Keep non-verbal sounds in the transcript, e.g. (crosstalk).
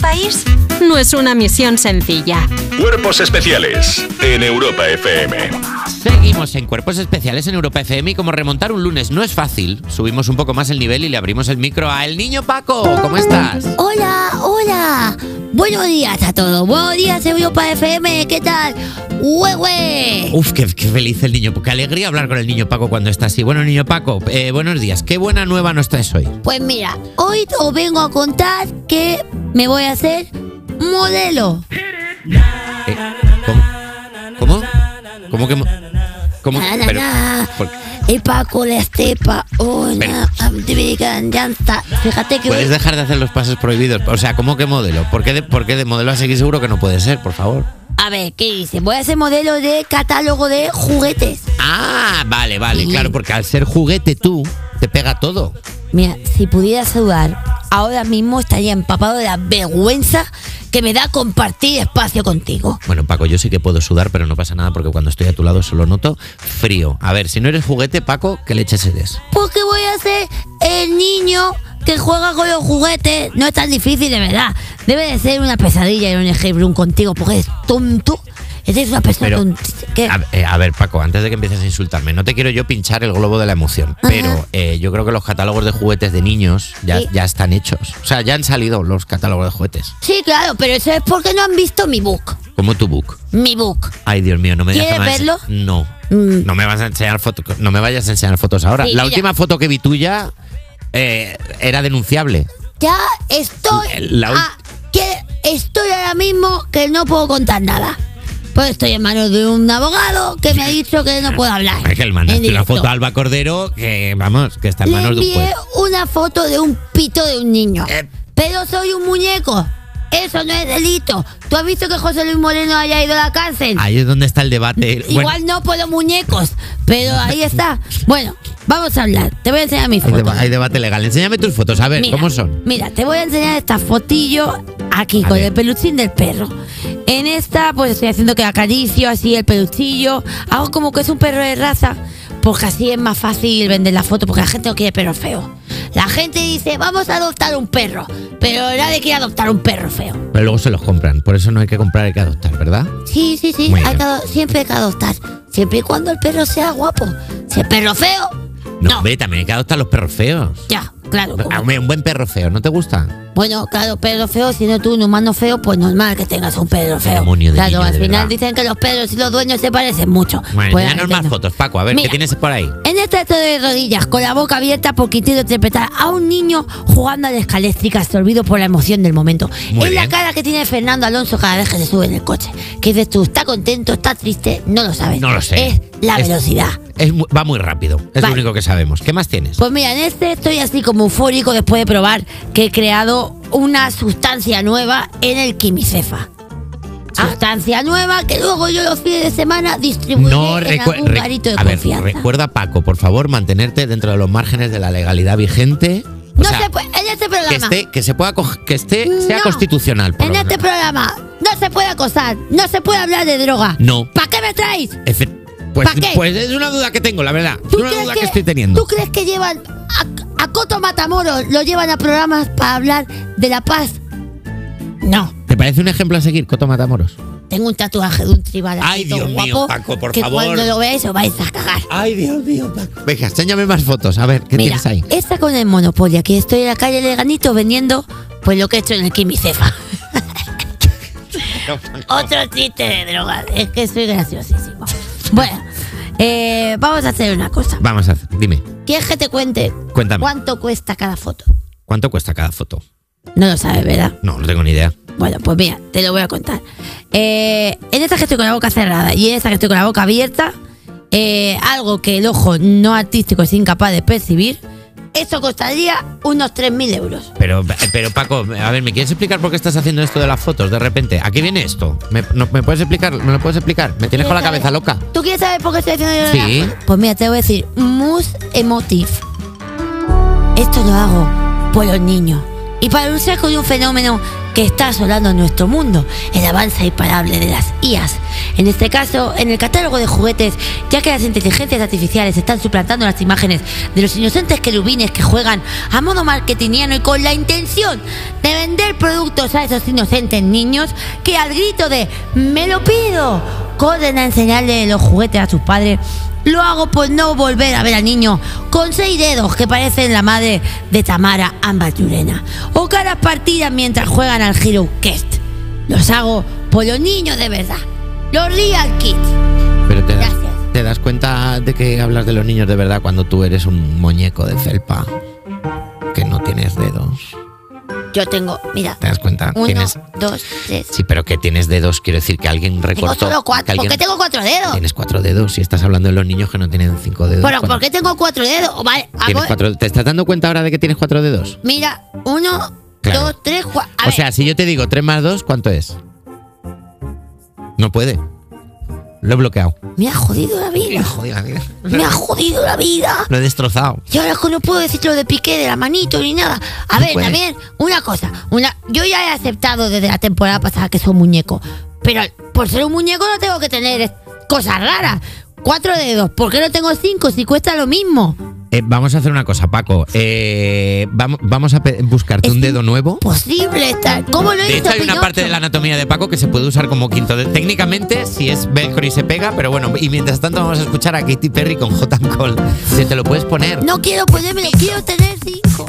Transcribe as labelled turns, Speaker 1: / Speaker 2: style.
Speaker 1: país no es una misión sencilla.
Speaker 2: Cuerpos especiales en Europa FM.
Speaker 3: Seguimos en Cuerpos Especiales en Europa FM y como remontar un lunes no es fácil, subimos un poco más el nivel y le abrimos el micro a El Niño Paco. ¿Cómo estás?
Speaker 4: Hola, hola. Buenos días a todos. Buenos días Europa FM. ¿Qué tal? ¡Hue, hue!
Speaker 3: Uf, qué, qué feliz el niño. Qué alegría hablar con el niño Paco cuando está así. Bueno, niño Paco, eh, buenos días. Qué buena nueva nos traes hoy.
Speaker 4: Pues mira, hoy os vengo a contar que me voy a hacer modelo.
Speaker 3: Eh, ¿Cómo? ¿Cómo? ¿Cómo que.? mo- ¿Cómo?
Speaker 4: Na, na,
Speaker 3: pero-
Speaker 4: na.
Speaker 3: ¿por-
Speaker 4: Y Paco la estepa, este, una amiga danza. Fíjate que
Speaker 3: ¿Puedes
Speaker 4: hoy-
Speaker 3: dejar de hacer los pasos prohibidos? O sea, ¿cómo que modelo? ¿Por qué de, por qué de modelo a seguir seguro que no puede ser, por favor?
Speaker 4: A ver, ¿qué dice? Voy a ser modelo de catálogo de juguetes.
Speaker 3: Ah, vale, vale,
Speaker 4: Sí.
Speaker 3: claro, porque al ser juguete tú, te pega todo.
Speaker 4: Mira, si pudiera saludar, ahora mismo estaría empapado de la vergüenza que me da compartir espacio contigo.
Speaker 3: Bueno, Paco, yo sí que puedo sudar, pero no pasa nada porque cuando estoy a tu lado solo noto frío. A ver, si no eres juguete, Paco, ¿qué leches eres?
Speaker 4: Porque Pues, voy a ser el niño que juega con los juguetes. No es tan difícil, de verdad. Debe de ser una pesadilla en un escape room contigo, porque eres tonto. Eres una persona
Speaker 3: Pero,
Speaker 4: tontísima. ¿Qué?
Speaker 3: A, eh, a ver, Paco, antes de que empieces a insultarme, no te quiero yo pinchar el globo de la emoción, pero eh, yo creo que los catálogos de juguetes de niños ya,
Speaker 4: Sí.
Speaker 3: ya están hechos. O sea, ya han salido los catálogos de juguetes,
Speaker 4: Sí, claro, pero eso es porque no han visto mi book.
Speaker 3: como tu book.
Speaker 4: Mi book.
Speaker 3: Ay, Dios mío, no me digas que
Speaker 4: ¿Quieres
Speaker 3: me vas a- No.
Speaker 4: Mm.
Speaker 3: No me vas a enseñar fotos. No me vayas a enseñar fotos ahora.
Speaker 4: Sí,
Speaker 3: la
Speaker 4: mira.
Speaker 3: última foto que vi tuya eh, era denunciable.
Speaker 4: Ya estoy.
Speaker 3: Eh, La- la-
Speaker 4: a- que estoy ahora mismo que no puedo contar nada. Pues estoy en manos de un abogado que me ha dicho que no puedo hablar.
Speaker 3: Es que le
Speaker 4: En
Speaker 3: mandaste una
Speaker 4: directo.
Speaker 3: foto a Alba Cordero que, vamos, que está en
Speaker 4: Le
Speaker 3: manos de un
Speaker 4: envié
Speaker 3: juez.
Speaker 4: una foto de un pito de un niño.
Speaker 3: Eh.
Speaker 4: Pero soy un muñeco. Eso no es delito. ¿Tú has visto que José Luis Moreno haya ido a la cárcel?
Speaker 3: Ahí es donde está el debate. Bueno,
Speaker 4: Igual no por los muñecos, pero ahí está. Bueno, vamos a hablar. Te voy a enseñar mi
Speaker 3: hay,
Speaker 4: foto.
Speaker 3: deba- hay debate legal. Enséñame tus fotos, a ver, ¿cómo son?
Speaker 4: Mira, te voy a enseñar esta fotillo aquí
Speaker 3: A
Speaker 4: con
Speaker 3: ver.
Speaker 4: el peluchín del perro. En esta, pues estoy haciendo que acaricio así el peluchillo. Hago como que es un perro de raza, porque así es más fácil vender la foto, porque la gente no quiere perros feos. La gente dice, vamos a adoptar un perro, pero nadie quiere adoptar un perro feo.
Speaker 3: Pero luego se los compran. Por eso no hay que comprar, hay que adoptar, ¿verdad?
Speaker 4: Sí, sí, sí,
Speaker 3: Muy
Speaker 4: hay
Speaker 3: bien.
Speaker 4: que ado- siempre hay que adoptar. Siempre y cuando el perro sea guapo. Si el perro feo,
Speaker 3: No,
Speaker 4: no.
Speaker 3: hombre, también hay que adoptar los perros feos. Ah,
Speaker 4: Ya, claro. como-
Speaker 3: Hombre, un buen perro feo, ¿no te gusta?
Speaker 4: Bueno, claro, Pedro feo, siendo tú un humano feo, pues normal que tengas un Pedro feo.
Speaker 3: demonio de
Speaker 4: claro,
Speaker 3: niño,
Speaker 4: al
Speaker 3: de
Speaker 4: final
Speaker 3: verdad.
Speaker 4: dicen que los Pedros y los dueños se parecen mucho.
Speaker 3: Bueno,
Speaker 4: Pues
Speaker 3: ya no
Speaker 4: la gente
Speaker 3: más
Speaker 4: no.
Speaker 3: fotos, Paco. A ver, ¿qué
Speaker 4: Mira.
Speaker 3: tienes por ahí?
Speaker 4: En este estoy de rodillas, con la boca abierta porque quiero interpretar a un niño jugando a las escaléstricas, te olvido por la emoción del momento.
Speaker 3: Muy
Speaker 4: es
Speaker 3: bien.
Speaker 4: la cara que tiene Fernando Alonso cada vez que se sube en el coche. Que dices tú, ¿está contento? ¿Está triste? No lo sabes.
Speaker 3: No lo sé.
Speaker 4: Es la
Speaker 3: Es-
Speaker 4: velocidad.
Speaker 3: Es mu- va muy rápido, es lo
Speaker 4: Vale.
Speaker 3: único que sabemos. ¿Qué más tienes?
Speaker 4: Pues mira, en este estoy así como eufórico después de probar que he creado una sustancia nueva en el quimicefa. Sustancia nueva que luego yo los fines de semana distribuiré
Speaker 3: No
Speaker 4: en
Speaker 3: recu-
Speaker 4: algún
Speaker 3: re-
Speaker 4: garito de
Speaker 3: a ver,
Speaker 4: confianza.
Speaker 3: recuerda, Paco, por favor, mantenerte dentro de los márgenes de la legalidad vigente. O
Speaker 4: no
Speaker 3: sea,
Speaker 4: se puede, en este
Speaker 3: que
Speaker 4: programa,
Speaker 3: esté, que se pueda cog- que esté, sea
Speaker 4: No.
Speaker 3: constitucional. por
Speaker 4: en
Speaker 3: lo
Speaker 4: este
Speaker 3: menos.
Speaker 4: programa, no se puede acosar, no se puede hablar de droga.
Speaker 3: No.
Speaker 4: ¿Para qué me traes?
Speaker 3: Efe- pues,
Speaker 4: ¿Pa qué?
Speaker 3: pues es una duda que tengo, la verdad. Es
Speaker 4: ¿Tú
Speaker 3: una
Speaker 4: crees
Speaker 3: duda que, estoy teniendo.
Speaker 4: ¿Tú crees que llevan a, a Coto Matamoros, lo llevan a programas para hablar de la paz? No.
Speaker 3: ¿Te parece un ejemplo a seguir, Coto Matamoros?
Speaker 4: Tengo un tatuaje de un tribal
Speaker 3: Ay,
Speaker 4: así, todo
Speaker 3: Dios mío,
Speaker 4: guapo,
Speaker 3: Paco, por
Speaker 4: que
Speaker 3: favor.
Speaker 4: cuando lo veáis os vais a cagar.
Speaker 3: Ay, Dios mío, Paco. Venga, enséñame más fotos. A ver, ¿qué
Speaker 4: Mira,
Speaker 3: tienes ahí?
Speaker 4: esta con el Monopoly, aquí estoy en la calle Leganito vendiendo pues lo que he hecho en
Speaker 3: (laughs)
Speaker 4: el Quimicefa. Otro chiste de drogas, es que soy graciosísimo. Bueno, eh, vamos a hacer una cosa.
Speaker 3: Vamos a hacer, dime,
Speaker 4: ¿Quieres que te cuente
Speaker 3: Cuéntame.
Speaker 4: cuánto cuesta cada foto?
Speaker 3: ¿cuánto cuesta cada foto?
Speaker 4: No lo sabes, ¿verdad?
Speaker 3: No, no tengo ni idea.
Speaker 4: Bueno, pues mira, te lo voy a contar. Eh, en esta que estoy con la boca cerrada y en esta que estoy con la boca abierta, eh, algo que el ojo no artístico es incapaz de percibir, esto costaría unos 3.000 euros.
Speaker 3: Pero, pero Paco, a ver, ¿me quieres explicar por qué estás haciendo esto de las fotos de repente? ¿A qué viene esto? ¿Me, no- ¿me puedes explicar? ¿Me lo puedes explicar? ¿Me tienes con la cabeza loca?
Speaker 4: ¿Tú quieres saber por qué estoy haciendo yo lo de
Speaker 3: Sí.
Speaker 4: la foto? Pues mira, te voy a decir, mus emotive. Esto lo hago por los niños. Y para un saco de un fenómeno que está asolando nuestro mundo, el avance imparable de las IAS, En este caso, en el catálogo de juguetes, ya que las inteligencias artificiales están suplantando las imágenes de los inocentes querubines que juegan a modo marketingiano y con la intención de vender productos a esos inocentes niños que al grito de ¡Me lo pido! corren a enseñarle los juguetes a sus padres lo hago por no volver a ver al niño con seis dedos que parecen la madre de Tamara Ambayurena. O caras partidas mientras juegan al Hero Quest. Los hago por los niños de verdad. Los Real Kids.
Speaker 3: Pero te das,
Speaker 4: Gracias.
Speaker 3: te das cuenta de que hablas de los niños de verdad cuando tú eres un muñeco de felpa que no tienes dedos.
Speaker 4: Yo tengo, mira,
Speaker 3: ¿Te das cuenta?
Speaker 4: uno,
Speaker 3: Tienes.
Speaker 4: dos, tres.
Speaker 3: Sí, pero que tienes dedos, quiero decir que alguien
Speaker 4: Tengo
Speaker 3: recortó.
Speaker 4: solo
Speaker 3: que
Speaker 4: cuatro.
Speaker 3: alguien-
Speaker 4: ¿Por qué tengo cuatro dedos?
Speaker 3: Tienes cuatro dedos y estás hablando de los niños que no tienen cinco dedos.
Speaker 4: Bueno,
Speaker 3: Cuando-
Speaker 4: ¿por qué tengo cuatro dedos? Vale,
Speaker 3: tienes
Speaker 4: hago-
Speaker 3: cuatro- ¿Te estás dando cuenta ahora de que tienes cuatro dedos?
Speaker 4: mira, uno,
Speaker 3: Claro.
Speaker 4: dos, tres, cuatro. A
Speaker 3: o
Speaker 4: ver,
Speaker 3: sea, si yo te digo 3 más 2, ¿cuánto es? No puede. Lo he bloqueado.
Speaker 4: me ha jodido la
Speaker 3: (laughs)
Speaker 4: vida. Me ha jodido la vida.
Speaker 3: Lo he destrozado.
Speaker 4: Y ahora que no puedo decir lo de piqué de la manito ni nada. A
Speaker 3: No
Speaker 4: ver,
Speaker 3: puedes.
Speaker 4: también, una cosa. Una, yo ya he aceptado desde la temporada pasada que soy un muñeco. Pero por ser un muñeco no tengo que tener eh, cosas raras. Cuatro dedos. ¿Por qué no tengo cinco si cuesta lo mismo?
Speaker 3: Eh, vamos a hacer una cosa, Paco. Eh, vamos, vamos a pe- buscarte
Speaker 4: Es
Speaker 3: un dedo nuevo.
Speaker 4: Posible estar. ¿Cómo lo
Speaker 3: De
Speaker 4: hizo
Speaker 3: hecho, hay una
Speaker 4: Pinocho?
Speaker 3: parte de la anatomía de Paco que se puede usar como quinto dedo. Técnicamente, si es velcro y se pega, pero bueno. Y mientras tanto, vamos a escuchar a Katy Perry con J. Cole. Se te lo puedes poner.
Speaker 4: No quiero ponérmelo, quiero tener cinco.